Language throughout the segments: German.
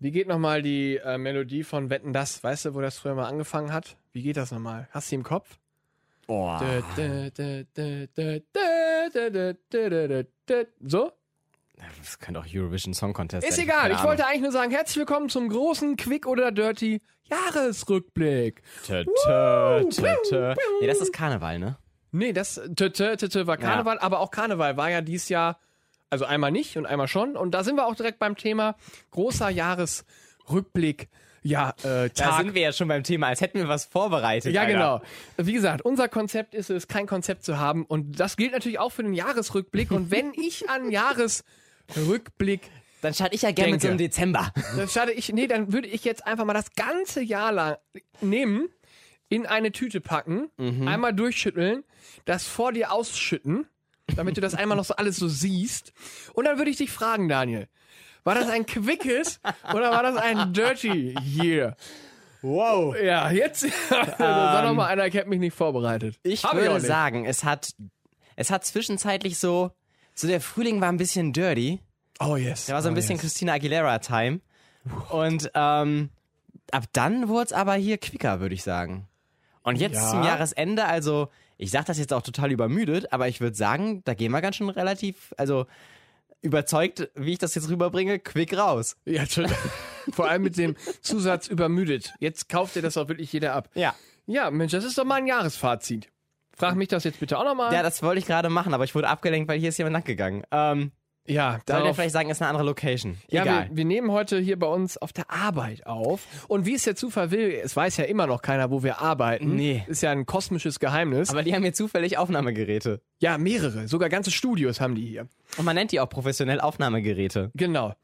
Wie geht nochmal die äh, Melodie von Wetten das? Weißt du, wo das früher mal angefangen hat? Wie geht das nochmal? Hast du sie im Kopf? Oh. Dö, dö, dö, dö, dö, dö, dö, dö, dö, dö, dö. So? Das könnte auch Eurovision Song Contest Ist sein. egal. Keine Ich Ahnung. wollte eigentlich nur sagen, herzlich willkommen zum großen Quick oder Dirty Jahresrückblick. Tö, tö, tö, tö. Nee, das ist Karneval, ne? Nee, das tö, tö, tö, tö, war Karneval, aber auch Karneval war ja dieses Jahr, also einmal nicht und einmal schon. Und da sind wir auch direkt beim Thema großer Jahresrückblick. Ja, äh, Tag. Da sind wir ja schon beim Thema, als hätten wir was vorbereitet. Ja, Alter. genau. Wie gesagt, unser Konzept ist es, kein Konzept zu haben. Und das gilt natürlich auch für den Jahresrückblick. Und wenn ich an Jahresrückblick, Dann starte ich ja gerne mit so einem Denke. Dezember. dann schade ich, nee, dann würde ich jetzt einfach mal das ganze Jahr lang nehmen, in eine Tüte packen, einmal durchschütteln, das vor dir ausschütten, damit du das einmal noch so alles so siehst. Und dann würde ich dich fragen, Daniel, war das ein quickes oder war das ein dirty year? Wow. Ähm, Ja, jetzt, also, sag doch mal einer, ich hab mich nicht vorbereitet. Ich Hab auch würde nicht. sagen, es hat, es hat zwischenzeitlich so, so der Frühling war ein bisschen dirty. Oh yes. Da war so ein oh, bisschen Yes. Christina Aguilera-Time. Und ähm, ab dann wurde es aber hier quicker, würde ich sagen. Und jetzt Ja. zum Jahresende, also ich sage das jetzt auch total übermüdet, aber ich würde sagen, da gehen wir ganz schön relativ, also überzeugt, wie ich das jetzt rüberbringe, quick raus. Ja, schon. Vor allem mit dem Zusatz übermüdet. Jetzt kauft ihr das auch wirklich jeder ab. Ja. Ja, Mensch, das ist doch mal ein Jahresfazit. Frag mich das jetzt bitte auch nochmal. Ja, das wollte ich gerade machen, aber ich wurde abgelenkt, weil hier ist jemand nachgegangen. Ähm, ja soll wir darauf- vielleicht sagen, ist eine andere Location. ja Egal. wir, wir nehmen heute hier bei uns auf der Arbeit auf. Und wie es der Zufall will, es weiß ja immer noch keiner, wo wir arbeiten. Nee. Ist ja ein kosmisches Geheimnis. aber die haben hier zufällig Aufnahmegeräte. ja, mehrere. Sogar ganze Studios haben die hier. Und man nennt die auch professionell Aufnahmegeräte. Genau.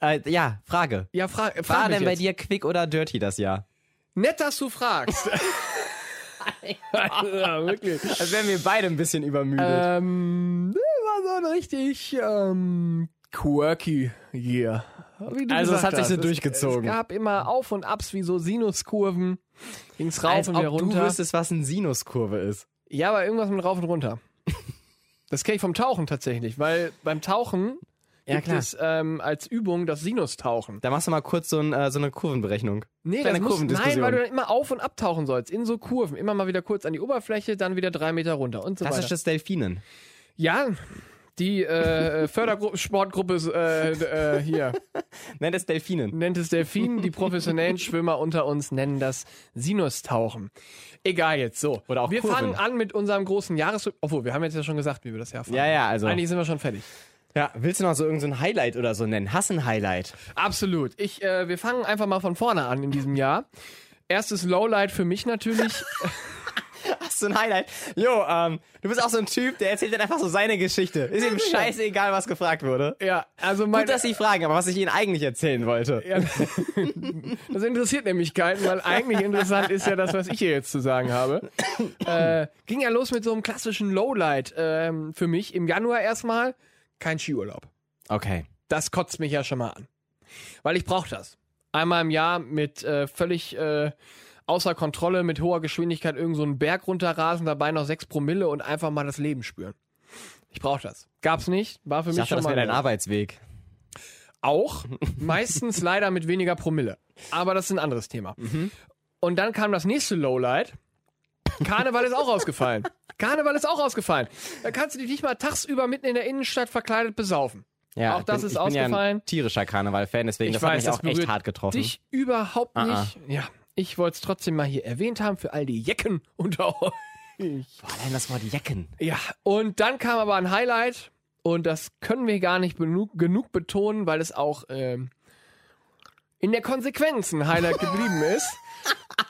Äh, ja, Frage. Ja, fra frag War mich denn jetzt. bei dir quick oder dirty das Jahr? Nett, dass du fragst. ja, wirklich. Als wären wir beide ein bisschen übermüdet. Ähm, das war so ein richtig ähm, quirky Year. Wie du Also es gesagt hat sich so hast. durchgezogen. Es, es gab immer Auf und Abs wie so Sinuskurven. Ging's rauf Als und ob wieder du runter. wüsstest, was eine Sinuskurve ist. Ja, aber irgendwas mit rauf und runter. Das kenne ich vom Tauchen tatsächlich, weil beim Tauchen Ja, gibt klar. es ähm, als Übung das Sinustauchen. Da machst du mal kurz so, ein, äh, so eine Kurvenberechnung. Nee, das muss, Kleine nein, Kurvendiskussion. weil du dann immer auf und abtauchen sollst, in so Kurven. Immer mal wieder kurz an die Oberfläche, dann wieder drei Meter runter und so weiter. Klassisches Delfinen. Ja, die äh, Fördergruppe, Sportgruppe ist, äh, äh, hier Nenn das Delfinen. nennt es Delfin. Die professionellen Schwimmer unter uns nennen das Sinustauchen. Egal jetzt, so. Oder auch wir Kurven. fangen an mit unserem großen Jahres... Obwohl, wir haben jetzt ja schon gesagt, wie wir das Jahr fahren. Ja, ja, also. Eigentlich sind wir schon fertig. Ja, willst du noch so irgendein so ein Highlight oder so nennen? Hast du ein Highlight? Absolut. Ich, äh, wir fangen einfach mal von vorne an in diesem Jahr. Erstes Lowlight für mich natürlich. Hast du ein Highlight? Jo, ähm, du bist auch so ein Typ, der erzählt dann einfach so seine Geschichte. Ist ihm scheißegal, was gefragt wurde. ja, also mein... Gut, dass sie fragen, aber was ich ihnen eigentlich erzählen wollte. Ja. Das interessiert nämlich keinen, weil eigentlich interessant ist ja das, was ich hier jetzt zu sagen habe. Äh, ging ja los mit so einem klassischen Lowlight ähm, für mich im Januar erstmal. Kein Skiurlaub. Okay. Das kotzt mich ja schon mal an. Weil ich brauche das. Einmal im Jahr mit äh, völlig äh, außer Kontrolle, mit hoher Geschwindigkeit irgend so einen Berg runterrasen, dabei noch 6 Promille und einfach mal das Leben spüren. Ich brauche das. Gab's nicht, war für Ich mich dachte, schon das mal wäre dein ein- Arbeitsweg. auch, meistens leider mit weniger Promille. Aber das ist ein anderes Thema. Mhm. Und dann kam das nächste Lowlight. Karneval ist auch ausgefallen. Karneval ist auch ausgefallen. Da kannst du dich nicht mal tagsüber mitten in der Innenstadt verkleidet besaufen. Ja, Auch das ich bin, ist ich bin Ja ausgefallen. ein tierischer Karneval-Fan, deswegen das hat mich auch echt berührt hart getroffen. Dich überhaupt Ah, ah. nicht. Ja, ich wollte es trotzdem mal hier erwähnt haben für all die Jecken unter euch. Boah, allein das Wort Jecken. Ja, und dann kam aber ein Highlight und das können wir gar nicht genug, genug betonen, weil es auch ähm, in der Konsequenz ein Highlight geblieben ist.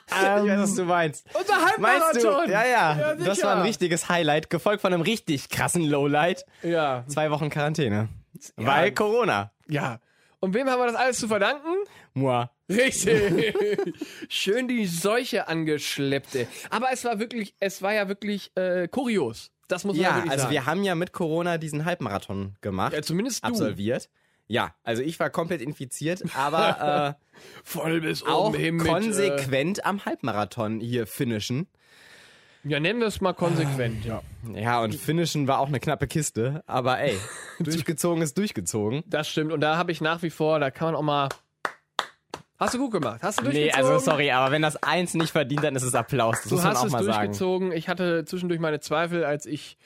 ich weiß, was du meinst. Unser Meinst du? Halbmarathon! Ja, ja. Ja, das sicher. war ein richtiges Highlight, gefolgt von einem richtig krassen Lowlight. Ja, Zwei Wochen Quarantäne. Weil Corona. ja. Und wem haben wir das alles zu verdanken? Moi. Richtig. Schön die Seuche angeschleppte. Aber es war wirklich, es war ja wirklich äh, kurios. Das muss man ja, Ja, wirklich also sagen. wir haben ja mit Corona diesen Halbmarathon gemacht. ja, zumindest du. absolviert. Ja, also ich war komplett infiziert, aber Voll bis äh, auch oben hin mit, Um äh, konsequent am Halbmarathon hier finishen. Ja, nennen wir es mal konsequent, Ah. ja. Ja, und finishen war auch eine knappe Kiste, aber ey, durchgezogen ist durchgezogen. Das stimmt. Und da habe ich nach wie vor, da kann man auch mal Hast du gut gemacht. Hast du Nee, durchgezogen? also sorry, aber wenn das eins nicht verdient, dann ist es Applaus. Das Du muss man hast auch es mal sagen. durchgezogen. Ich hatte zwischendurch meine Zweifel, als ich,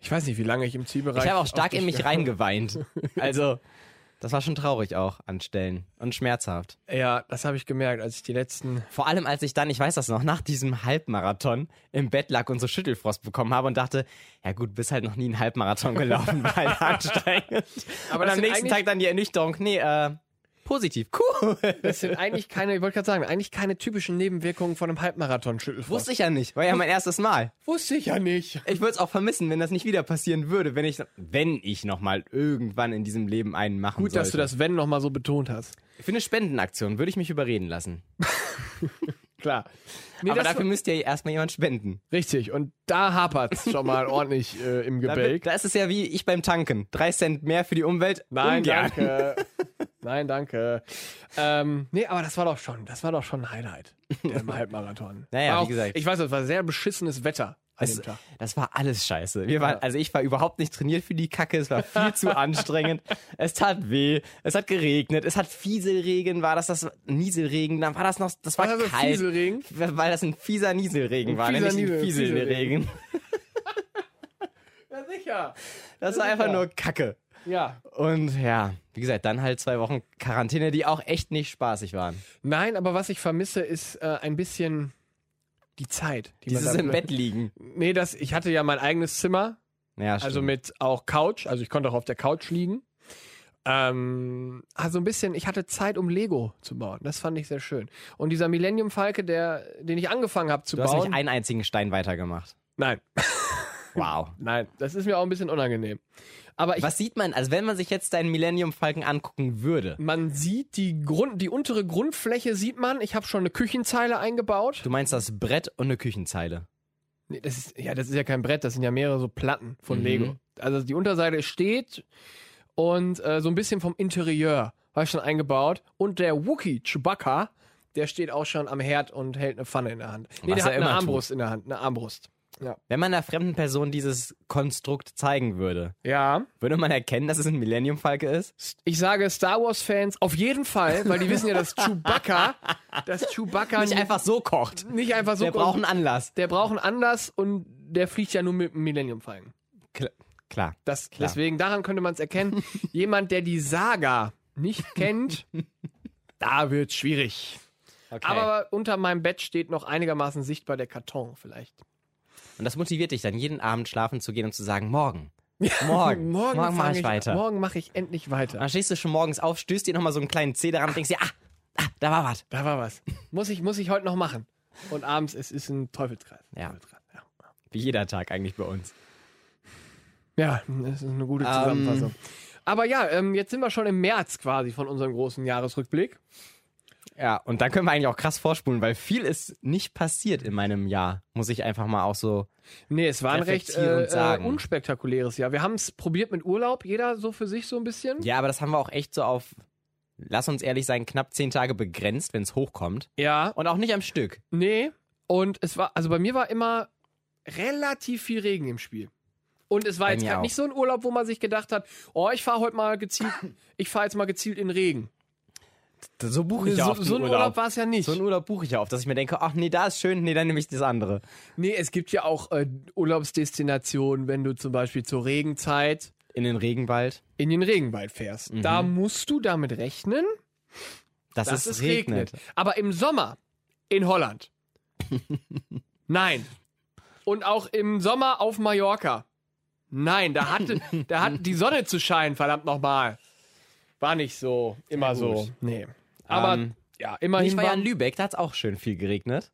ich weiß nicht, wie lange ich im Zielbereich. Ich habe auch stark auf dich in mich reingeweint. Also, das war schon traurig auch an Stellen und schmerzhaft. ge- Ja, das habe ich gemerkt, als ich die letzten. Vor allem, als ich dann, ich weiß das noch, nach diesem Halbmarathon im Bett lag und so Schüttelfrost bekommen habe und dachte, ja gut, bist halt noch nie einen Halbmarathon gelaufen, weil ansteigend. Aber und das am sind nächsten eigentlich- Tag dann die Ernüchterung, nee, äh, positiv, cool. Das sind eigentlich keine, ich wollte gerade sagen, eigentlich keine typischen Nebenwirkungen von einem Halbmarathon-Schüttelfrost. Wusste ich ja nicht, war ja mein erstes Mal. Wusste ich ja nicht. Ich würde es auch vermissen, wenn das nicht wieder passieren würde, wenn ich, wenn ich nochmal irgendwann in diesem Leben einen machen Gut, sollte. dass du das Wenn nochmal so betont hast. Für eine Spendenaktion würde ich mich überreden lassen. Klar. Nee, Aber das- dafür müsst ihr ja erstmal jemand spenden. richtig, und da hapert es schon mal ordentlich äh, im Da, Gebälk. da ist es ja wie ich beim Tanken. Drei Cent mehr für die Umwelt. Nein, ungern. danke. Nein, danke. Ähm, nee, aber das war doch schon, das war doch schon ein Highlight. Der Halbmarathon. Naja, war wie auch, gesagt. Ich weiß, es war sehr beschissenes Wetter an Das, dem Tag. das war alles scheiße. Wir waren, also ich war überhaupt nicht trainiert für die Kacke. Es war viel zu anstrengend. Es tat weh. Es hat geregnet. Es hat Fieselregen. War das das Nieselregen? Dann war das noch, das war Was heißt das, kalt. Fieselregen? Weil das ein fieser Nieselregen Ein war, fieser nämlich Niesel- ein Fieselregen. Ja, sicher. Das war einfach nur Kacke. Ja. Und ja, wie gesagt, dann halt zwei Wochen Quarantäne, die auch echt nicht spaßig waren. Nein, aber was ich vermisse, ist äh, ein bisschen die Zeit. Die Dieses man da- im Bett liegen. Nee, das, ich hatte ja mein eigenes Zimmer, Ja, stimmt. also mit auch Couch. Also ich konnte auch auf der Couch liegen. Ähm, also ein bisschen, ich hatte Zeit, um Lego zu bauen. Das fand ich sehr schön. Und dieser Millennium Falke, der, den ich angefangen habe zu Du hast bauen. nicht einen einzigen Stein weitergemacht. Nein, Wow. nein, das ist mir auch ein bisschen unangenehm. Aber ich, Was sieht man, also wenn man sich jetzt deinen Millennium Falken angucken würde? man sieht die Grund, die untere Grundfläche sieht man. Ich habe schon eine Küchenzeile eingebaut. Du meinst das Brett und eine Küchenzeile. Nee, das ist, ja, das ist ja kein Brett, das sind ja mehrere so Platten von Mhm. Lego. Also die Unterseite steht und äh, so ein bisschen vom Interieur war schon eingebaut. Und der Wookie Chewbacca, der steht auch schon am Herd und hält eine Pfanne in der Hand. Nee, Was der hat er eine immer tut. Armbrust in der Hand, eine Armbrust. Wenn man einer fremden Person dieses Konstrukt zeigen würde, Ja. würde man erkennen, dass es ein Millennium Falke ist? Ich sage Star Wars Fans auf jeden Fall, weil die wissen ja, dass Chewbacca, dass Chewbacca Nicht einfach so kocht. nicht einfach so Wir brauchen Anlass. der braucht einen Anlass und der fliegt ja nur mit dem Millennium Falcon. Kl klar. Das, Klar. Deswegen, daran könnte man es erkennen. Jemand, der die Saga nicht kennt, da wird schwierig. Okay. Aber unter meinem Bett steht noch einigermaßen sichtbar der Karton vielleicht. und das motiviert dich dann, jeden Abend schlafen zu gehen und zu sagen, morgen. Morgen. morgen fang mache ich weiter. Ah. Morgen mache ich endlich weiter. Dann stehst du schon morgens auf, stößt dir nochmal so einen kleinen Zeh daran und denkst dir, ah, ah, da war was. Da war was. Muss ich, muss ich heute noch machen. Und abends, es ist ein Teufelskreis. Ja. Teufelskreis, ja. Wie jeder Tag eigentlich bei uns. Ja, das ist eine gute Ähm. Zusammenfassung. Aber ja, ähm, jetzt sind wir schon im März quasi von unserem großen Jahresrückblick. Ja, und dann können wir eigentlich auch krass vorspulen, weil viel ist nicht passiert in meinem Jahr, muss ich einfach mal auch so. Nee, es war ein recht äh, Reflektierend äh, sagen. unspektakuläres Jahr. Wir haben es probiert mit Urlaub, jeder so für sich so ein bisschen. Ja, aber das haben wir auch echt so auf, lass uns ehrlich sein, knapp zehn Tage begrenzt, wenn es hochkommt. Ja, Und auch nicht am Stück. nee. Und es war, also bei mir war immer relativ viel Regen im Spiel. Und es war Bei jetzt mir halt auch. nicht so ein Urlaub, wo man sich gedacht hat, oh, ich fahre heute mal gezielt, ich fahre jetzt mal gezielt in Regen. So buche So, so ein Urlaub war es ja nicht. so einen Urlaub buche ich ja auf, dass ich mir denke, ach nee, da ist schön, nee, dann nehme ich das andere. nee, es gibt ja auch äh, Urlaubsdestinationen, wenn du zum Beispiel zur Regenzeit In den Regenwald. in den Regenwald fährst. Da Mhm. musst du damit rechnen, Dass, dass es es regnet. regnet. Aber im Sommer in Holland. Nein. Und auch im Sommer auf Mallorca. Nein, da hatte, da hat die Sonne zu scheinen, verdammt nochmal. War nicht so, immer Ja, gut. so. Nee. Aber Ähm, ja, Ich immerhin. war ja in waren- Lübeck, da hat es auch schön viel geregnet.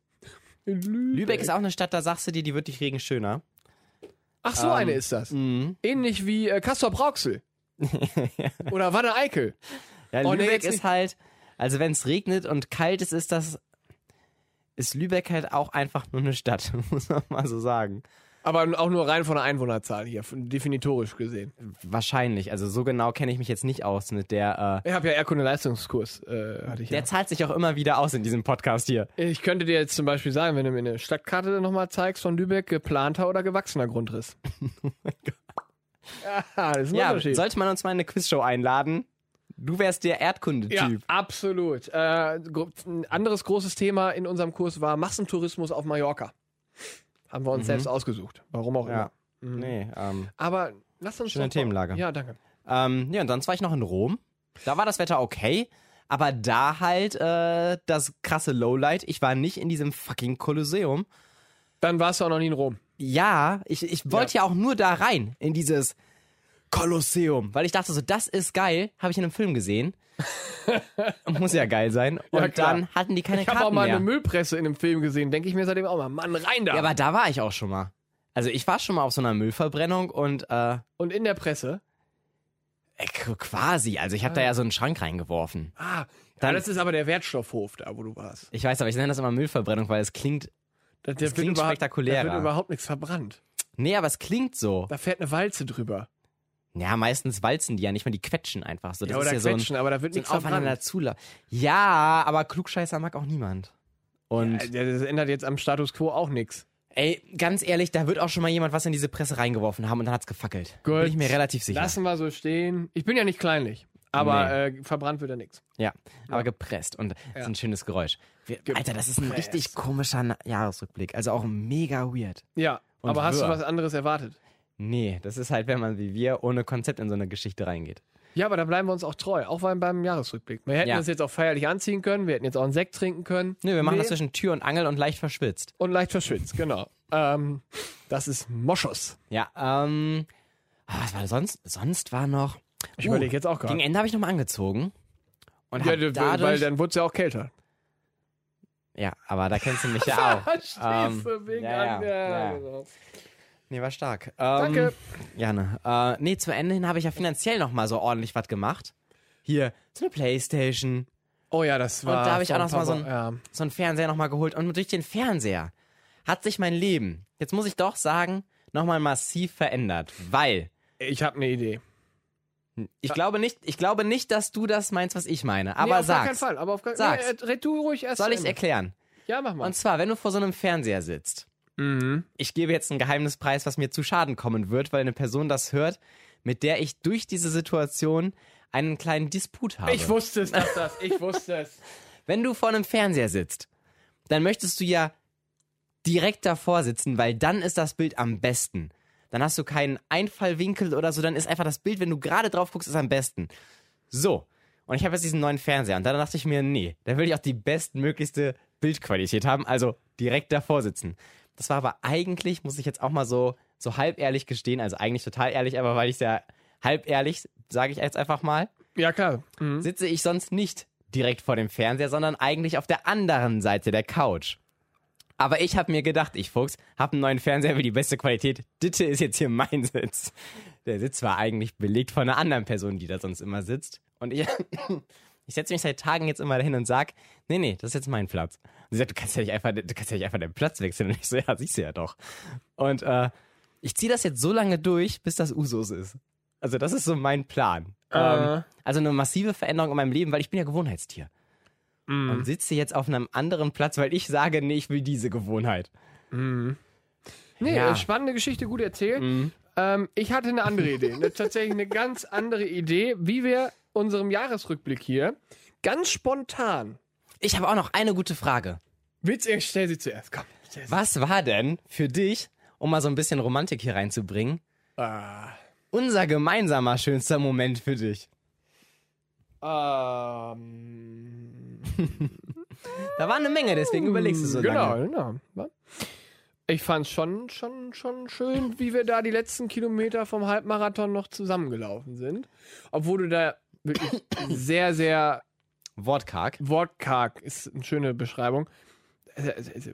in Lübeck. Lübeck ist auch eine Stadt, da sagst du dir, die wird durch Regen schöner. Ach, so eine ist das. Mhm. Ähnlich wie äh, Castor Brauxel. Oder Wanne Eickel. Ja, Oh, nee, Lübeck jetzt ist nicht. halt, also wenn es regnet und kalt ist, ist das, ist Lübeck halt auch einfach nur eine Stadt, muss man mal so sagen. Aber auch nur rein von der Einwohnerzahl hier, von- definitorisch gesehen. Wahrscheinlich, also so genau kenne ich mich jetzt nicht aus mit der, äh, Ich habe ja Erkunde-Leistungskurs, äh, hatte ich ja. der zahlt sich auch immer wieder aus in diesem Podcast hier. Ich könnte dir jetzt zum Beispiel sagen, wenn du mir eine Stadtkarte nochmal zeigst von Lübeck, geplanter oder gewachsener Grundriss. Ja, das ist ein Ja, Unterschied. sollte man uns mal in eine Quizshow einladen, Du wärst der Ja, Erdkundetyp. absolut. Äh, gro- ein anderes großes Thema in unserem Kurs war Massentourismus auf Mallorca. Haben wir uns selbst ausgesucht. Warum auch immer. Nee, ähm, Aber lass uns Schöne doch mal- Themenlage. Ja, danke. Ähm, ja, und sonst war ich noch in Rom. Da war das Wetter okay. Aber da halt äh, das krasse Lowlight. Ich war nicht in diesem fucking Kolosseum. Dann warst du auch noch nie in Rom. Ja, ich, ich wollte ja. auch nur da rein, in dieses Kolosseum. Weil ich dachte so, das ist geil. Habe ich in einem Film gesehen. Muss ja geil sein. Und klar. dann hatten die keine Ich habe Karten auch mal mehr. eine Müllpresse in einem Film gesehen. Denke ich mir seitdem auch mal, Mann, rein da. ja, aber da war ich auch schon mal. Also ich war schon mal auf so einer Müllverbrennung und äh, äh, Und in der Presse. quasi. Also ich habe da ja so einen Schrank reingeworfen. Ah, Dann- ja, das ist aber der Wertstoffhof da, wo du warst. Ich weiß, aber ich nenne das immer Müllverbrennung, weil es klingt Das, Das klingt spektakulärer. Da wird überhaupt nichts verbrannt. Nee, aber es klingt so. Da fährt eine Walze drüber. Ja, meistens walzen die ja nicht mal, die quetschen einfach so. Das ja, oder ist ja quetschen, so aber da wird ein, nichts so ein aufeinander verbrannt. zula. Ja, aber Klugscheißer mag auch niemand. Und Ja, also- das ändert jetzt am Status quo auch nichts. ey, ganz ehrlich, da wird auch schon mal jemand was in diese Presse reingeworfen haben und dann hat's gefackelt. Gut. Bin ich mir relativ sicher. Lassen wir so stehen. Ich bin ja nicht kleinlich, aber äh, verbrannt wird ja nichts. ja, aber gepresst und Ja. so ein schönes Geräusch. Wir, Alter, das ist ein Gepresst. richtig komischer Na Jahresrückblick. Also auch mega weird. Ja, Und aber hast du wirr. was anderes erwartet? Nee, das ist halt, wenn man wie wir ohne Konzept in so eine Geschichte reingeht. Ja, aber da bleiben wir uns auch treu, auch beim, beim Jahresrückblick. Wir hätten Ja. das jetzt auch feierlich anziehen können, wir hätten jetzt auch einen Sekt trinken können. Nö, wir machen das zwischen Tür und Angel und leicht verschwitzt. Und leicht verschwitzt, genau. Ähm, das ist Moschus. Ja, ähm. ah, Was war sonst? Sonst war noch. uh, Ich überlege jetzt auch Gegen gerade. Ende habe ich nochmal angezogen. Und Ja, hab d- dadurch, weil dann wurde es ja auch kälter. ja, aber da kennst du mich ja auch. Verstehst Ähm, du, wegen ja, ja, an der- ja. genau. Nee, war stark. Ähm, Danke. Gerne. Äh, nee, zu Ende hin habe ich ja finanziell nochmal so ordentlich was gemacht. Hier, so eine Playstation, Oh ja, das Und war. da habe ich vor auch ein noch mal paar so ein- Wochen- Ja. so einen Fernseher nochmal geholt. Und durch den Fernseher hat sich mein Leben, jetzt muss ich doch sagen, nochmal massiv verändert. Weil Ich habe eine Idee. ich glaube nicht, ich glaube nicht, dass du das meinst, was ich meine. nee, Aber auf gar keinen sag's. Fall. Aber auf gar, Sag's. Nee, äh, red du ruhig erst. Soll zu ich's Ende. erklären? Ja, mach mal. Und zwar, wenn du vor so einem Fernseher sitzt mhm. ich gebe jetzt ein Geheimnispreis, was mir zu Schaden kommen wird, weil eine Person das hört, mit der ich durch diese Situation einen kleinen Disput habe. Ich wusste es, dass das. Ich wusste es. Wenn du vor einem Fernseher sitzt, dann möchtest du ja direkt davor sitzen, weil dann ist das Bild am besten. Dann hast du keinen Einfallwinkel oder so, dann ist einfach das Bild, wenn du gerade drauf guckst, ist am besten. So. Und ich habe jetzt diesen neuen Fernseher und dann dachte ich mir, nee, da will ich auch die bestmöglichste Bildqualität haben, also direkt davor sitzen. Das war aber eigentlich, muss ich jetzt auch mal so, so halb ehrlich gestehen, also eigentlich total ehrlich, aber weil ich ja halb ehrlich, sage ich jetzt einfach mal, Ja, klar. Mhm. sitze ich sonst nicht direkt vor dem Fernseher, sondern eigentlich auf der anderen Seite der Couch. Aber ich habe mir gedacht, ich Fuchs, hab einen neuen Fernseher für die beste Qualität. Ditte ist jetzt hier mein Sitz. Der Sitz war eigentlich belegt von einer anderen Person, die da sonst immer sitzt. Und ich, ich setze mich seit Tagen jetzt immer dahin und sag, nee, nee, das ist jetzt mein Platz. Und sie sagt, du kannst ja nicht einfach, du kannst ja nicht einfach deinen Platz wechseln. Und ich so, ja, siehst du ja doch. Und äh, ich ziehe das jetzt so lange durch, bis das Usus ist. Also das ist so mein Plan. Äh. Ähm, also eine massive Veränderung in meinem Leben, weil ich bin ja Gewohnheitstier. Und sitze jetzt auf einem anderen Platz, weil ich sage, nee, ich will diese Gewohnheit. Nee, Ja. äh, spannende Geschichte, gut erzählt. Ähm, ich hatte eine andere Idee. Eine, tatsächlich eine ganz andere Idee, wie wir unserem Jahresrückblick hier ganz spontan. Ich habe auch noch eine gute Frage. Witz, ich stell sie zuerst. Komm. stell sie- Was war denn für dich, um mal so ein bisschen Romantik hier reinzubringen, Ah. unser gemeinsamer schönster Moment für dich? Ähm, Da war eine Menge, deswegen überlegst du so genau, lange. genau. Ich fand schon, schon, schon schön, wie wir da die letzten Kilometer vom Halbmarathon noch zusammengelaufen sind. Obwohl du da wirklich sehr, sehr Wortkarg. wortkarg ist eine schöne Beschreibung. Also, also, also,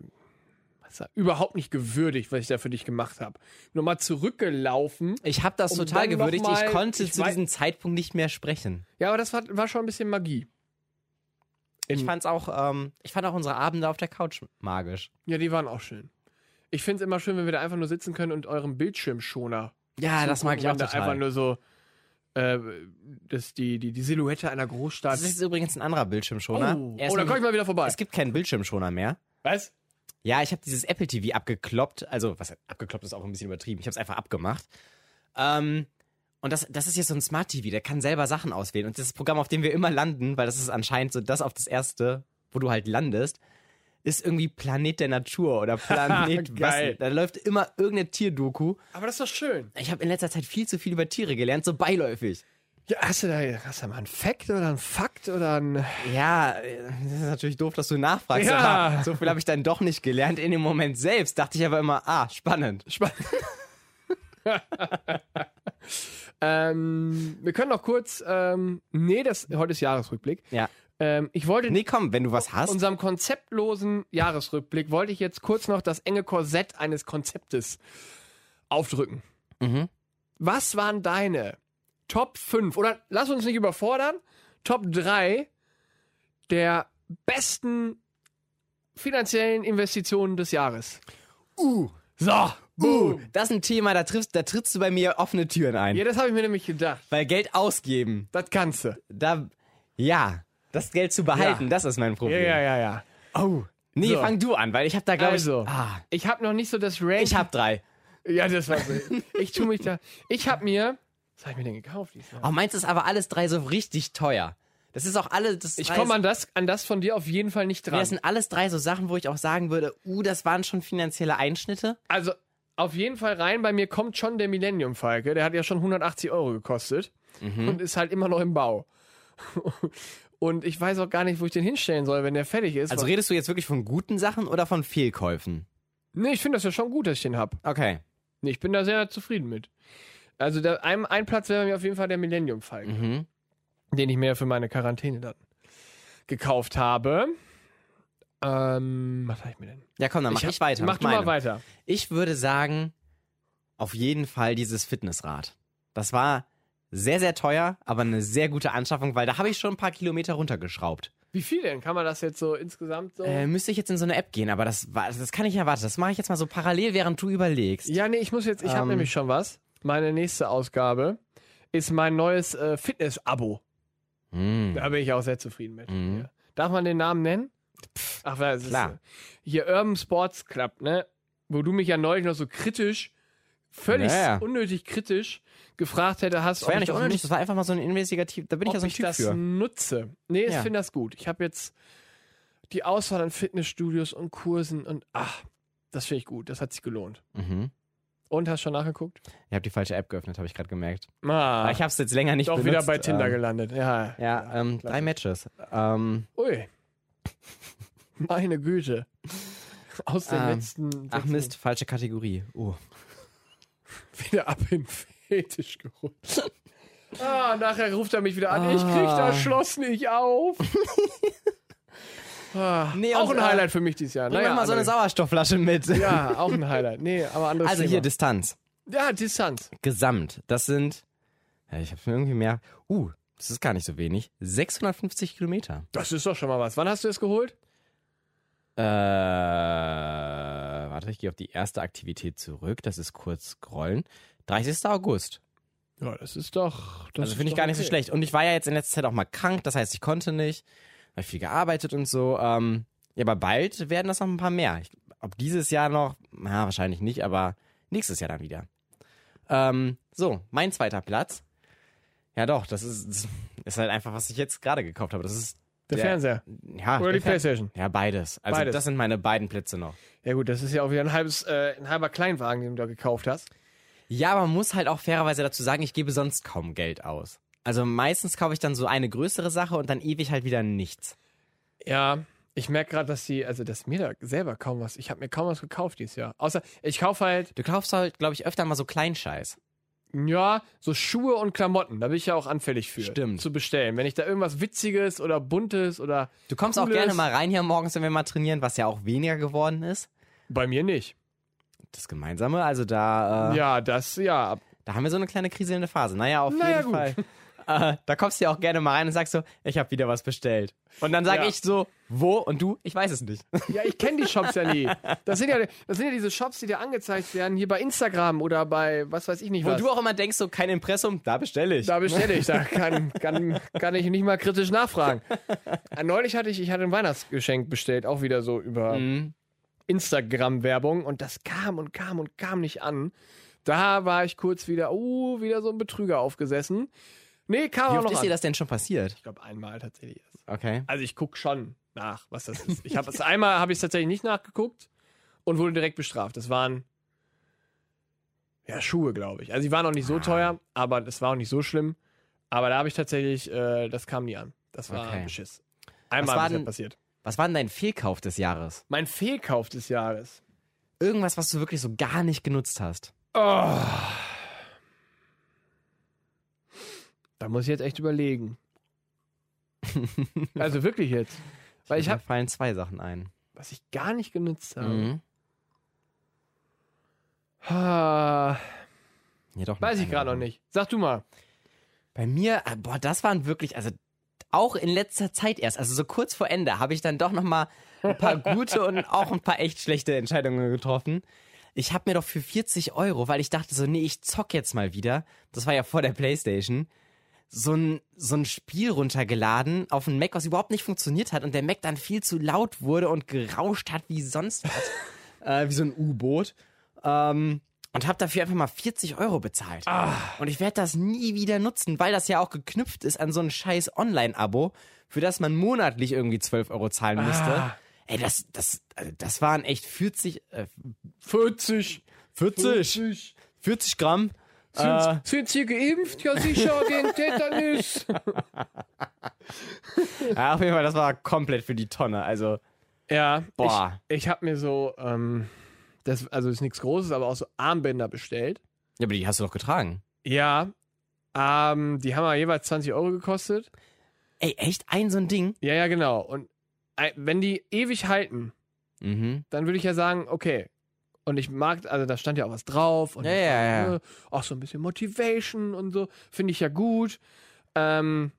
was da- Überhaupt nicht gewürdigt, was ich da für dich gemacht habe. Nochmal zurückgelaufen. Ich habe das Um total dann noch gewürdigt. mal- ich konnte ich zu wei- diesem Zeitpunkt nicht mehr sprechen. Ja, aber das war, war schon ein bisschen Magie. Ich fand's auch, ähm, ich fand auch unsere Abende auf der Couch magisch. Ja, die waren auch schön. Ich finde es immer schön, wenn wir da einfach nur sitzen können und eurem Bildschirmschoner. Ja, Ah, das mag ich auch zugucken, wenn Da einfach total. nur so äh, das, die, die, die Silhouette einer Großstadt. Das ist übrigens ein anderer Bildschirmschoner. oh, Oh, Er ist oh da nämlich- komme ich mal wieder vorbei. es gibt keinen Bildschirmschoner mehr. Was? Ja, ich habe dieses Apple TV abgekloppt. Also, was abgekloppt ist auch ein bisschen übertrieben. Ich habe es einfach abgemacht. Ähm, Und das, das ist jetzt so ein Smart TV, der kann selber Sachen auswählen. Und das Programm, auf dem wir immer landen, weil das ist anscheinend so das auf das erste, wo du halt landest, ist irgendwie Planet der Natur oder Planet Geil. was. Da läuft immer irgendeine Tierdoku. Aber das ist doch schön. Ich habe in letzter Zeit viel zu viel über Tiere gelernt, so beiläufig. Ja, hast du da, hast du da mal einen Fact oder einen Fakt oder einen. Ja, äh, das ist natürlich doof, dass du nachfragst, Ja. aber so viel habe ich dann doch nicht gelernt. In dem Moment selbst dachte ich aber immer, ah, spannend. Spannend. ähm, wir können noch kurz. Ähm, nee, das, heute ist Jahresrückblick. Ja. Ähm, ich wollte Nee, komm, wenn du was hast. unserem konzeptlosen Jahresrückblick wollte ich jetzt kurz noch das enge Korsett eines Konzeptes aufdrücken. Mhm. Was waren deine Top 5 oder lass uns nicht überfordern, Top 3 der besten finanziellen Investitionen des Jahres? Uh. So, Uh, boom. das ist ein Thema, da triffst, da trittst du bei mir offene Türen ein. Ja, das habe ich mir nämlich gedacht. Weil Geld ausgeben, Das kannst du. da, ja, das Geld zu behalten, Ja. das ist mein Problem. ja, ja. Oh. Nee, So. fang du an, weil ich hab da, glaube Also. ich, ah, Ich habe noch nicht so das Ranking. ich hab drei. ja, das war so. Ich tue mich da. Ich habe mir. Was habe ich mir denn gekauft? Diesmal? Oh, meins ist aber alles drei so richtig teuer. Das ist auch alle, das Ich drei komme ist- an das, an das von dir auf jeden Fall nicht Nee, dran. Das sind alles drei so Sachen, wo ich auch sagen würde, uh, das waren schon finanzielle Einschnitte. Also auf jeden Fall rein, bei mir kommt schon der Millennium Falke. Der hat ja schon 180 Euro gekostet Mhm. und ist halt immer noch im Bau. Und ich weiß auch gar nicht, wo ich den hinstellen soll, wenn der fertig ist. Also redest du jetzt wirklich von guten Sachen oder von Fehlkäufen? nee, ich finde das ja schon gut, dass ich den habe. Okay. Nee, ich bin da sehr zufrieden mit. Also da, ein, ein Platz wäre mir auf jeden Fall der Millennium Falke, Mhm. den ich mir ja für meine Quarantäne dann gekauft habe. Ähm, was habe ich mir denn? Ja, komm, dann mach ich, hab- weiter. Mach mit du mal meinem. weiter. Ich würde sagen, auf jeden Fall dieses Fitnessrad. Das war sehr, sehr teuer, aber eine sehr gute Anschaffung, weil da habe ich schon ein paar Kilometer runtergeschraubt. Wie viel denn? Kann man das jetzt so insgesamt so? Äh, müsste ich jetzt in so eine App gehen, aber das, war, das kann ich ja warten. Das mache ich jetzt mal so parallel, während du überlegst. Ja, nee, ich muss jetzt, ich habe Ähm. nämlich schon was. Meine nächste Ausgabe ist mein neues äh, Fitness-Abo. Hm. Da bin ich auch sehr zufrieden mit. Mhm. Ja. Darf man den Namen nennen? Ach, das ist klar. Hier Urban Sports Club, ne? Wo du mich ja neulich noch so kritisch, völlig Naja. unnötig kritisch gefragt hätte, hast Das war ob ja ich nicht das unnötig, das war einfach mal so ein investigativ. Da bin ich ob ja so ein ich Typ das für. nutze. Nee, ich Ja. finde das gut. Ich habe jetzt die Auswahl an Fitnessstudios und Kursen und ach, das finde ich gut. Das hat sich gelohnt. Mhm. Und hast schon nachgeguckt? Ich habe die falsche App geöffnet, habe ich gerade gemerkt. Ah. Aber ich habe es jetzt länger nicht Doch benutzt. wieder bei Tinder ähm, gelandet. Ja. Ja, ähm, drei Matches. Ähm, Ui. Meine Güte. Aus den Ähm, letzten. ach Mist, falsche Kategorie. Oh. Wieder ab in den Fetisch gerutscht. Ah, nachher ruft er mich wieder an. Ich krieg Ah. das Schloss nicht auf. ah, Nee, auch und, ein äh, Highlight für mich dieses Jahr. Bring Naja, mir mal so eine andere- Sauerstoffflasche mit. also ja, auch ein Highlight. Nee, aber anderes Also Thema. hier Distanz. Ja, Distanz. Gesamt. Das sind, ja, ich habe mir irgendwie mehr. Uh, das ist gar nicht so wenig. 650 Kilometer. Das ist doch schon mal was. Wann hast du es geholt? Äh, warte, ich gehe auf die erste Aktivität zurück. Das ist kurz scrollen. 30. August. Ja, das ist doch. Das also ist finde ich doch gar nicht so okay. schlecht. Und ich war ja jetzt in letzter Zeit auch mal krank. Das heißt, ich konnte nicht. Habe viel gearbeitet und so. Ähm, ja, aber bald werden das noch ein paar mehr. Ich, ob dieses Jahr noch? Na, wahrscheinlich nicht, aber nächstes Jahr dann wieder. Ähm, so, mein zweiter Platz. Ja, doch, das ist, das ist halt einfach, was ich jetzt gerade gekauft habe. Das ist. Der Ja. Fernseher. Ja, Oder die der Fer- Playstation. Ja, beides. Also, Beides. das sind meine beiden Plätze noch. Ja, gut, das ist ja auch wieder ein, halbes, äh, ein halber Kleinwagen, den du da gekauft hast. Ja, aber man muss halt auch fairerweise dazu sagen, ich gebe sonst kaum Geld aus. Also, meistens kaufe ich dann so eine größere Sache und dann ewig halt wieder nichts. Ja, ich merke gerade, dass die, also dass mir da selber kaum was, ich habe mir kaum was gekauft dieses Jahr. Außer ich kaufe halt, Du kaufst halt, glaube ich, öfter mal so Kleinscheiß. ja, so Schuhe und Klamotten. Da bin ich ja auch anfällig für. Stimmt. Zu bestellen. Wenn ich da irgendwas Witziges oder Buntes oder Du kommst auch Cooles- gerne mal rein hier morgens, wenn wir mal trainieren, was ja auch weniger geworden ist. bei mir nicht. Das Gemeinsame, also da, äh, Ja, das, ja. da haben wir so eine kleine kriselnde Phase. Naja, auf Naja, jeden gut. Fall. Äh, da kommst du ja auch gerne mal rein und sagst so, ich habe wieder was bestellt. Und dann sage Ja. ich so, wo? Und du, ich weiß es nicht. Ja, ich kenne die Shops ja nie. Das sind ja, das sind ja diese Shops, die dir angezeigt werden, hier bei Instagram oder bei was weiß ich nicht Wo was. du auch immer denkst, so kein Impressum, da bestelle ich. Da bestelle ich, da kann, kann, kann ich nicht mal kritisch nachfragen. Äh, Neulich hatte ich, ich hatte ein Weihnachtsgeschenk bestellt, auch wieder so über Mhm. Instagram-Werbung und das kam und kam und kam nicht an. Da war ich kurz wieder, oh, wieder so ein Betrüger aufgesessen. Nee, kam Wie auch oft noch ist dir an. das denn schon passiert? Ich glaube einmal tatsächlich erst. Okay. Also ich gucke schon nach, was das ist. Ich habe es einmal habe ich tatsächlich nicht nachgeguckt und wurde direkt bestraft. Das waren ja Schuhe, glaube ich. Also die waren auch nicht so teuer, aber das war auch nicht so schlimm. Aber da habe ich tatsächlich, äh, das kam nie an. Das war Okay. Beschiss. Was Einmal war ist das denn- passiert. Was war denn dein Fehlkauf des Jahres? Mein Fehlkauf des Jahres. Irgendwas, was du wirklich so gar nicht genutzt hast. Oh. Da muss ich jetzt echt überlegen. also wirklich jetzt. Weil ich Mir habe, fallen zwei Sachen ein. was ich gar nicht genutzt habe. Mhm. Ha, Ja, doch, weiß noch ich eine. gerade noch nicht. Sag du mal. Bei mir, ah, boah, das waren wirklich, also auch in letzter Zeit erst, also so kurz vor Ende, habe ich dann doch noch mal ein paar gute und auch ein paar echt schlechte Entscheidungen getroffen. Ich habe mir doch für 40 Euro, weil ich dachte so, nee, ich zock jetzt mal wieder. Das war ja vor der Playstation. So ein, so ein Spiel runtergeladen auf einen Mac, was überhaupt nicht funktioniert hat und der Mac dann viel zu laut wurde und gerauscht hat wie sonst was. äh, wie so ein U-Boot. Ähm, Ah. und habe dafür einfach mal 40 Euro bezahlt. Und ich werde das nie wieder nutzen, weil das ja auch geknüpft ist an so ein scheiß Online-Abo, für das man monatlich irgendwie 12 Euro zahlen müsste. Ah. Ey, das, das, also das waren echt 40, äh, 40. 40, 40. 40 Gramm. Sind, Äh, sind Sie geimpft? Ja, sicher, gegen Tetanus. ja, auf jeden Fall, das war komplett für die Tonne. Also, Ja, Boah. ich, ich habe mir so, ähm, das, also ist nichts Großes, aber auch so Armbänder bestellt. ja, aber die hast du doch getragen. Ja, ähm, die haben ja jeweils 20 Euro gekostet. Ey, echt? Ein so ein Ding? Ja, ja, genau. Und äh, wenn die ewig halten, Mhm. dann würde ich ja sagen, okay. Und ich mag, also da stand ja auch was drauf und Ja, ja, ja. äh, auch so ein bisschen Motivation und so, finde ich ja gut. Ähm,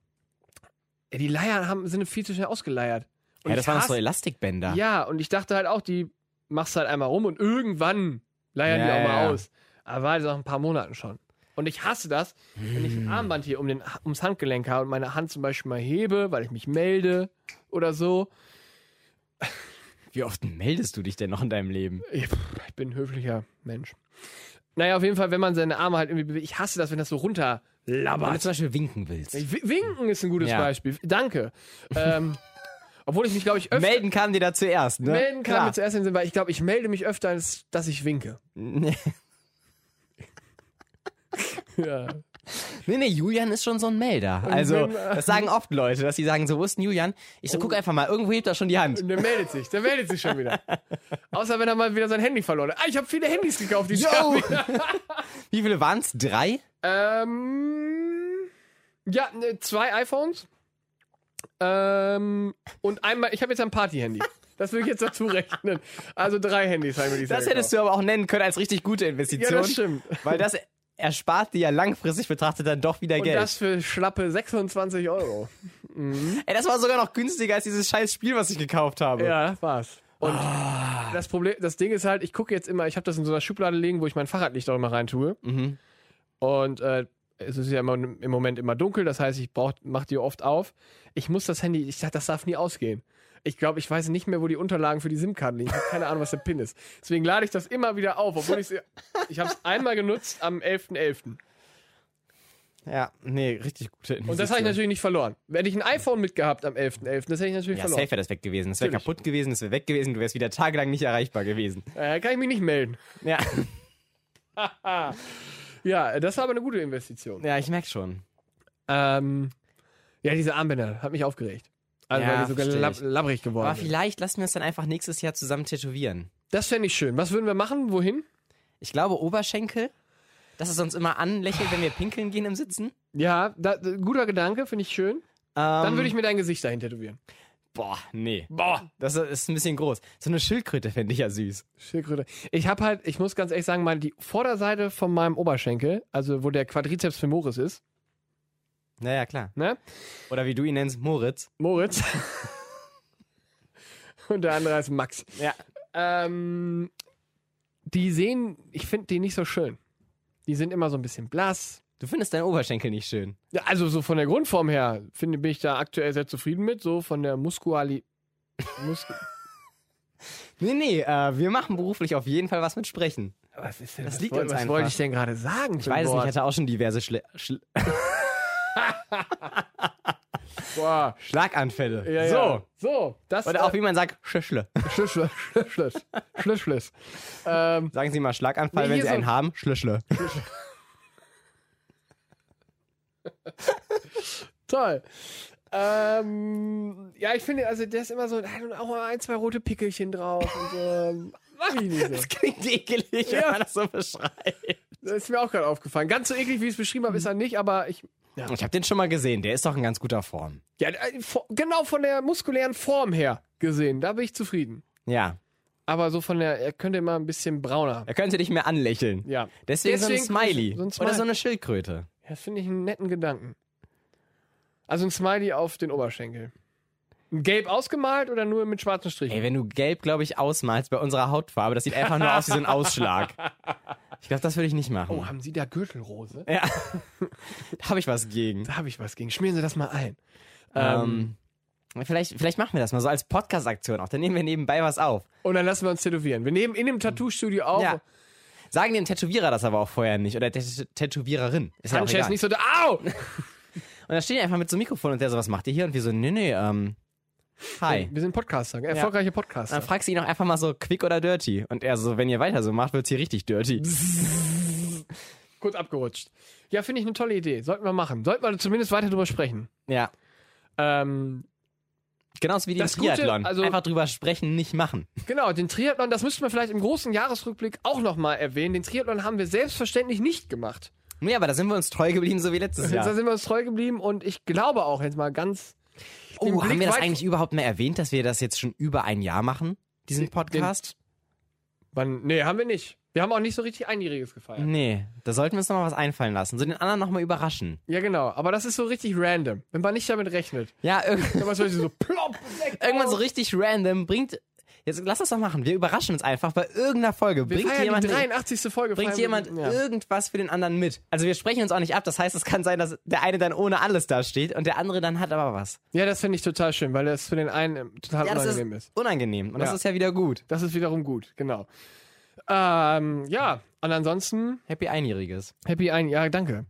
ja, die Leier haben, sind viel zu schnell ausgeleiert. Und ich Ja, das waren doch hasse- so Elastikbänder. Ja, und ich dachte halt auch, die machst halt einmal rum und irgendwann leiern Ja, die auch mal ja, ja. aus. Aber war halt nach ein paar Monaten schon. Und ich hasse das, wenn Hm. ich ein Armband hier um den, ums Handgelenk habe und meine Hand zum Beispiel mal hebe, weil ich mich melde oder so. Wie oft meldest du dich denn noch in deinem Leben? Ich, pff, ich bin ein höflicher Mensch. Naja, auf jeden Fall, wenn man seine Arme halt irgendwie bewegt. Ich hasse das, wenn das so Wenn du runterlabbert. zum Beispiel winken willst. W- Winken ist ein gutes Ja. Beispiel. Danke. Ähm, obwohl ich mich, glaube ich, öfter melden, Melden kam dir da zuerst, ne? kann mir zuerst in den Sinn, weil ich glaube, ich melde mich öfter, als dass ich winke. Nee, Ja. nee, nee, Julian ist schon so ein Melder. Also, wenn, äh, das sagen oft Leute, dass sie sagen, so, wo ist denn Julian? Ich so, guck einfach mal, irgendwo hebt er schon die Hand. Und der meldet sich, der meldet sich schon wieder. Außer wenn er mal wieder sein Handy verloren hat. Ah, ich habe viele Handys gekauft, die Yo! Wie viele waren's? Drei? Ähm. Ja, ne, zwei iPhones. Ähm, und einmal, ich habe jetzt ein Party-Handy. Das will ich jetzt dazu rechnen. Also drei Handys haben wir dieses Das Jahr hättest gekauft. du aber auch nennen können als richtig gute Ja, Investition. das stimmt. Weil das erspart dir ja langfristig betrachtet dann doch wieder Und Geld. das für schlappe 26 Euro. Ey, das war sogar noch günstiger als dieses scheiß Spiel, was ich gekauft habe. Ja, war's. Und Ah. das Problem, das Ding ist halt, ich gucke jetzt immer, ich habe das in so einer Schublade liegen, wo ich mein Fahrradlicht auch immer rein tue. Mhm. Und äh, es ist ja immer, im Moment immer dunkel, das heißt, ich brauch, mach die oft auf. Ich muss das Handy, ich dachte, das darf nie ausgehen. Ich glaube, ich weiß nicht mehr, wo die Unterlagen für die SIM-Karte liegen. Ich habe keine Ahnung, was der PIN ist. Deswegen lade ich das immer wieder auf, obwohl ich's, ich habe es einmal genutzt am 11.11. Ja, nee, richtig gute Investition. Und das habe ich natürlich nicht verloren. Hätte ich ein iPhone mitgehabt am 11.11., das hätte ich natürlich Ja, verloren. safe wäre das weg gewesen. Das wäre Natürlich. kaputt gewesen, das wäre weg gewesen, du wärst wieder tagelang nicht erreichbar gewesen. Äh, kann ich mich nicht melden. Ja, Ja, das war aber eine gute Investition. ja ich merk schon. Ähm, ja, diese Armbänder, hat mich aufgeregt. Also, Ja, weil die so versteh lab ich. labbrig geworden Aber sind. vielleicht lassen wir uns dann einfach nächstes Jahr zusammen tätowieren. Das fände ich schön. Was würden wir machen? Wohin? Ich glaube, Oberschenkel, dass es uns immer anlächelt, wenn wir pinkeln gehen im Sitzen. Ja, da, da- guter Gedanke, finde ich schön. Ähm. Dann würde ich mir dein Gesicht dahin tätowieren. Boah, nee. Boah. Das ist ein bisschen groß. So eine Schildkröte fände ich ja süß. Schildkröte. Ich habe halt, ich muss ganz ehrlich sagen, mal die Vorderseite von meinem Oberschenkel, also wo der Quadrizeps femoris ist, Naja, klar. ne? Oder wie du ihn nennst, Moritz. Moritz. Und der andere heißt Max. Ja. Ähm, die sehen, ich finde die nicht so schön. Die sind immer so ein bisschen blass. Du findest deinen Oberschenkel nicht schön. Ja, also so von der Grundform her finde bin ich da aktuell sehr zufrieden mit, so von der Muskuali. Mus Nee, nee, äh, wir machen beruflich auf jeden Fall was mit Sprechen. Was ist denn Das was liegt woll- uns Was einfach. wollte ich denn gerade sagen? Ich weiß es nicht, ich hatte auch schon diverse Schle Schl Boah. Schlaganfälle. Ja, so. ja. So, das äh, Oder auch wie man sagt, Schüschle. Schlüssel, Schlüssel, Schlüssel. Ähm, Sagen Sie mal Schlaganfall, Nee, wenn hier Sie so- einen haben, Schlüschle. toll. Ähm, ja, ich finde, also der ist immer so, da hat auch mal ein, zwei rote Pickelchen drauf und so. ähm, Mach ich nicht so. Das klingt ekelig, Ja. wenn man das so beschreibt. Das ist mir auch gerade aufgefallen. Ganz so eklig, wie ich es beschrieben habe, ist er nicht, aber ich. Ja, Ich habe den schon mal gesehen, der ist doch in ganz guter Form. ja äh, vor- genau von der muskulären Form her gesehen, da bin ich zufrieden. Ja, Aber so von der, er könnte immer ein bisschen brauner. er könnte dich mehr anlächeln. Ja. Deswegen, Deswegen so ein Smiley. so ein Smiley. Oder so eine Schildkröte. Das finde ich einen netten Gedanken. Also ein Smiley auf den Oberschenkel. Ein Gelb ausgemalt oder nur mit schwarzen Strichen? Ey, wenn du gelb, glaube ich, ausmalst bei unserer Hautfarbe, das sieht einfach nur aus wie so ein Ausschlag. Ich glaube, das würde ich nicht machen. Oh, haben Sie da Gürtelrose? Ja. da habe ich was gegen. Da habe ich was gegen. Schmieren Sie das mal ein. Ähm, vielleicht, vielleicht machen wir das mal so als Podcast-Aktion auch. Dann nehmen wir nebenbei was auf. Und dann lassen wir uns tätowieren. Wir nehmen in dem Tattoo-Studio auf. Ja. Sagen dem Tätowierer das aber auch vorher nicht. Oder der Tät- Tätowiererin. Ist ja auch Sanchez egal. nicht so da. Au! Und da stehen die einfach mit so einem Mikrofon und der so, was macht ihr hier? Und wir so, nee, nee, ähm, hi. Wir sind Podcaster, erfolgreiche Dann Podcaster. fragst du ihn auch einfach mal so, quick oder dirty. Und er so, wenn ihr weiter so macht, wird's hier richtig dirty. Kurz abgerutscht. Ja, finde ich eine tolle Idee. Sollten wir machen. Sollten wir zumindest weiter drüber sprechen. Ja. Ähm, Genauso wie den Das Gute, Triathlon. also- einfach drüber sprechen, nicht machen. genau, den Triathlon, das müssten wir vielleicht im großen Jahresrückblick auch nochmal erwähnen. Den Triathlon haben wir selbstverständlich nicht gemacht. Nee, aber da sind wir uns treu geblieben, so wie letztes Da Jahr. sind wir uns treu geblieben und ich glaube auch jetzt mal ganz. den Oh, haben Blick wir das weit- eigentlich überhaupt mehr erwähnt, dass wir das jetzt schon über ein Jahr machen? Diesen Podcast? Wann, nee, haben wir nicht. Wir haben auch nicht so richtig Einjähriges gefeiert. Nee, da sollten wir uns nochmal was einfallen lassen. So den anderen nochmal überraschen. Ja, genau. Aber das ist so richtig random, wenn man nicht damit rechnet. Ja, irg Dann war es so plopp. weg. oh. irgendwann so richtig random bringt. Jetzt lass das doch machen. Wir überraschen uns einfach bei irgendeiner Folge. Wir bringt feiern jemand, die 83. Folge. bringt feiern jemand wir- Ja. irgendwas für den anderen mit. Also wir sprechen uns auch nicht ab. Das heißt, es kann sein, dass der eine dann ohne alles dasteht und der andere dann hat aber was. ja, das finde ich total schön, weil das für den einen ähm, total Ja, das ist unangenehm ist. unangenehm. Und Ja. das ist ja wieder gut. Das ist wiederum gut, genau. Ähm, ja, und ansonsten, Happy Einjähriges. happy ein Jahr, danke.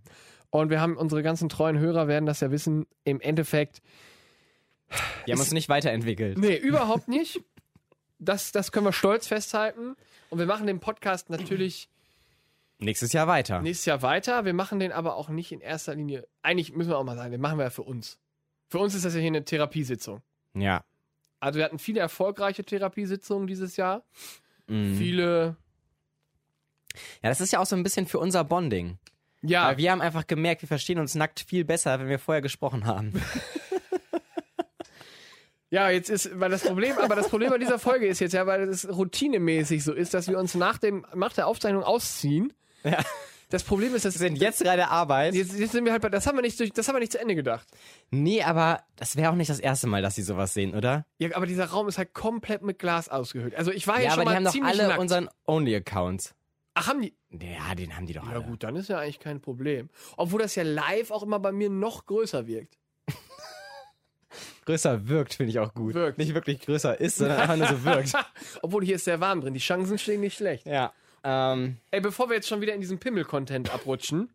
Und wir haben, unsere ganzen treuen Hörer werden das ja wissen, im Endeffekt Wir haben uns nicht weiterentwickelt. Nee, überhaupt nicht. Das, das können wir stolz festhalten. Und wir machen den Podcast natürlich Nächstes Jahr weiter. nächstes Jahr weiter. Wir machen den aber auch nicht in erster Linie. Eigentlich müssen wir auch mal sagen, den machen wir ja für uns. Für uns ist das ja hier eine Therapiesitzung. Ja. Also wir hatten viele erfolgreiche Therapiesitzungen dieses Jahr. Mhm. Viele. Ja, das ist ja auch so ein bisschen für unser Bonding. Ja, Weil wir haben einfach gemerkt, wir verstehen uns nackt viel besser, wenn wir vorher gesprochen haben. ja, jetzt ist, weil das Problem, aber das Problem bei dieser Folge ist jetzt ja, weil es routinemäßig so ist, dass wir uns nach dem, nach der Aufzeichnung ausziehen. Ja. Das Problem ist, dass Wir sind jetzt gerade Arbeit. jetzt, jetzt sind wir halt bei, das haben wir nicht durch, das haben wir nicht zu Ende gedacht. Nee, aber das wäre auch nicht das erste Mal, dass sie sowas sehen, oder? Ja, aber dieser Raum ist halt komplett mit Glas ausgehöhlt. Also ich war ja, ja, schon aber die mal haben doch ziemlich alle nackt. unseren Only-Accounts. Ach, haben die? Ja, den haben die doch Ja alle. gut, dann ist ja eigentlich kein Problem. Obwohl das ja live auch immer bei mir noch größer wirkt. Größer wirkt, finde ich auch gut. Wirkt. Nicht wirklich größer ist, sondern einfach nur so wirkt. Obwohl hier ist sehr warm drin. Die Chancen stehen nicht schlecht. Ja. Ähm, Ey, bevor wir jetzt schon wieder in diesen Pimmel-Content abrutschen,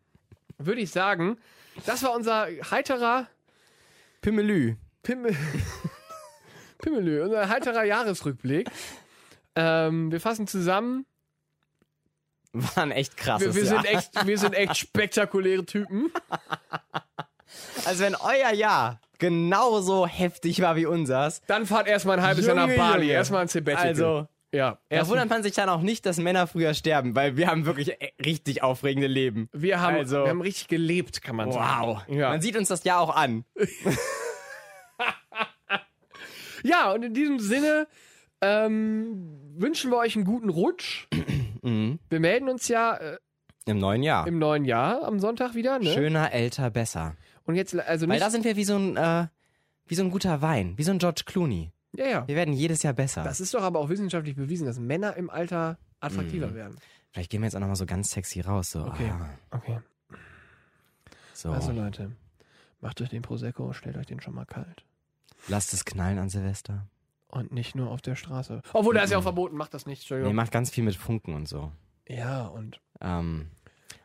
würde ich sagen, das war unser heiterer Pimmelü. Pimmel Pimmelö, unser heiterer Jahresrückblick. Ähm, wir fassen zusammen. War ein echt krasses Wir, wir, Jahr. sind echt, wir sind echt spektakuläre Typen. Also wenn euer Jahr genauso heftig war wie unseres, Dann fahrt erstmal ein halbes Jahr nach Junge, Bali. Junge. Erstmal ein Sabbatical. also Ja, da erstmal- wundert man sich dann auch nicht, dass Männer früher sterben, weil wir haben wirklich äh, richtig aufregende Leben. wir, haben, Also- wir haben richtig gelebt, kann man sagen. Wow. Ja. Man sieht uns das Jahr auch an. Ja, und in diesem Sinne ähm, wünschen wir euch einen guten Rutsch. Mhm. Wir melden uns ja äh, Im neuen Jahr. im neuen Jahr am Sonntag wieder. Ne? Schöner, älter, besser. Und jetzt, also Weil nicht. da sind wir wie so ein, äh, wie so ein guter Wein, wie so ein George Clooney. ja, ja. Wir werden jedes Jahr besser. Das ist doch aber auch wissenschaftlich bewiesen, dass Männer im Alter Mhm. attraktiver werden. Vielleicht gehen wir jetzt auch nochmal so ganz sexy raus. So, Okay. ah, Okay. so. Also, Leute, macht euch den Prosecco, stellt euch den schon mal kalt. lasst es knallen an Silvester. Und nicht nur auf der Straße. Obwohl, da ist ja auch verboten, macht das nicht, Nee, Entschuldigung. macht ganz viel mit Funken und so. Ja, und, Ähm,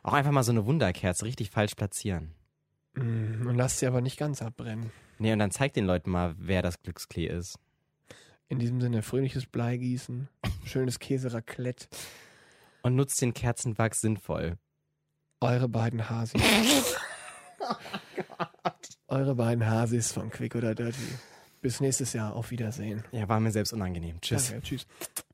auch einfach mal so eine Wunderkerze richtig falsch platzieren. mm, und lasst sie aber nicht ganz abbrennen. Nee, und dann zeigt den Leuten mal, wer das Glücksklee ist. In diesem Sinne, fröhliches Bleigießen, schönes Käseraclette, Und nutzt den Kerzenwachs sinnvoll. eure beiden Hasis. Eure beiden Hasis von Quick oder Dirty. Bis nächstes Jahr, auf Wiedersehen. Ja, war mir selbst unangenehm. Tschüss. Danke, tschüss.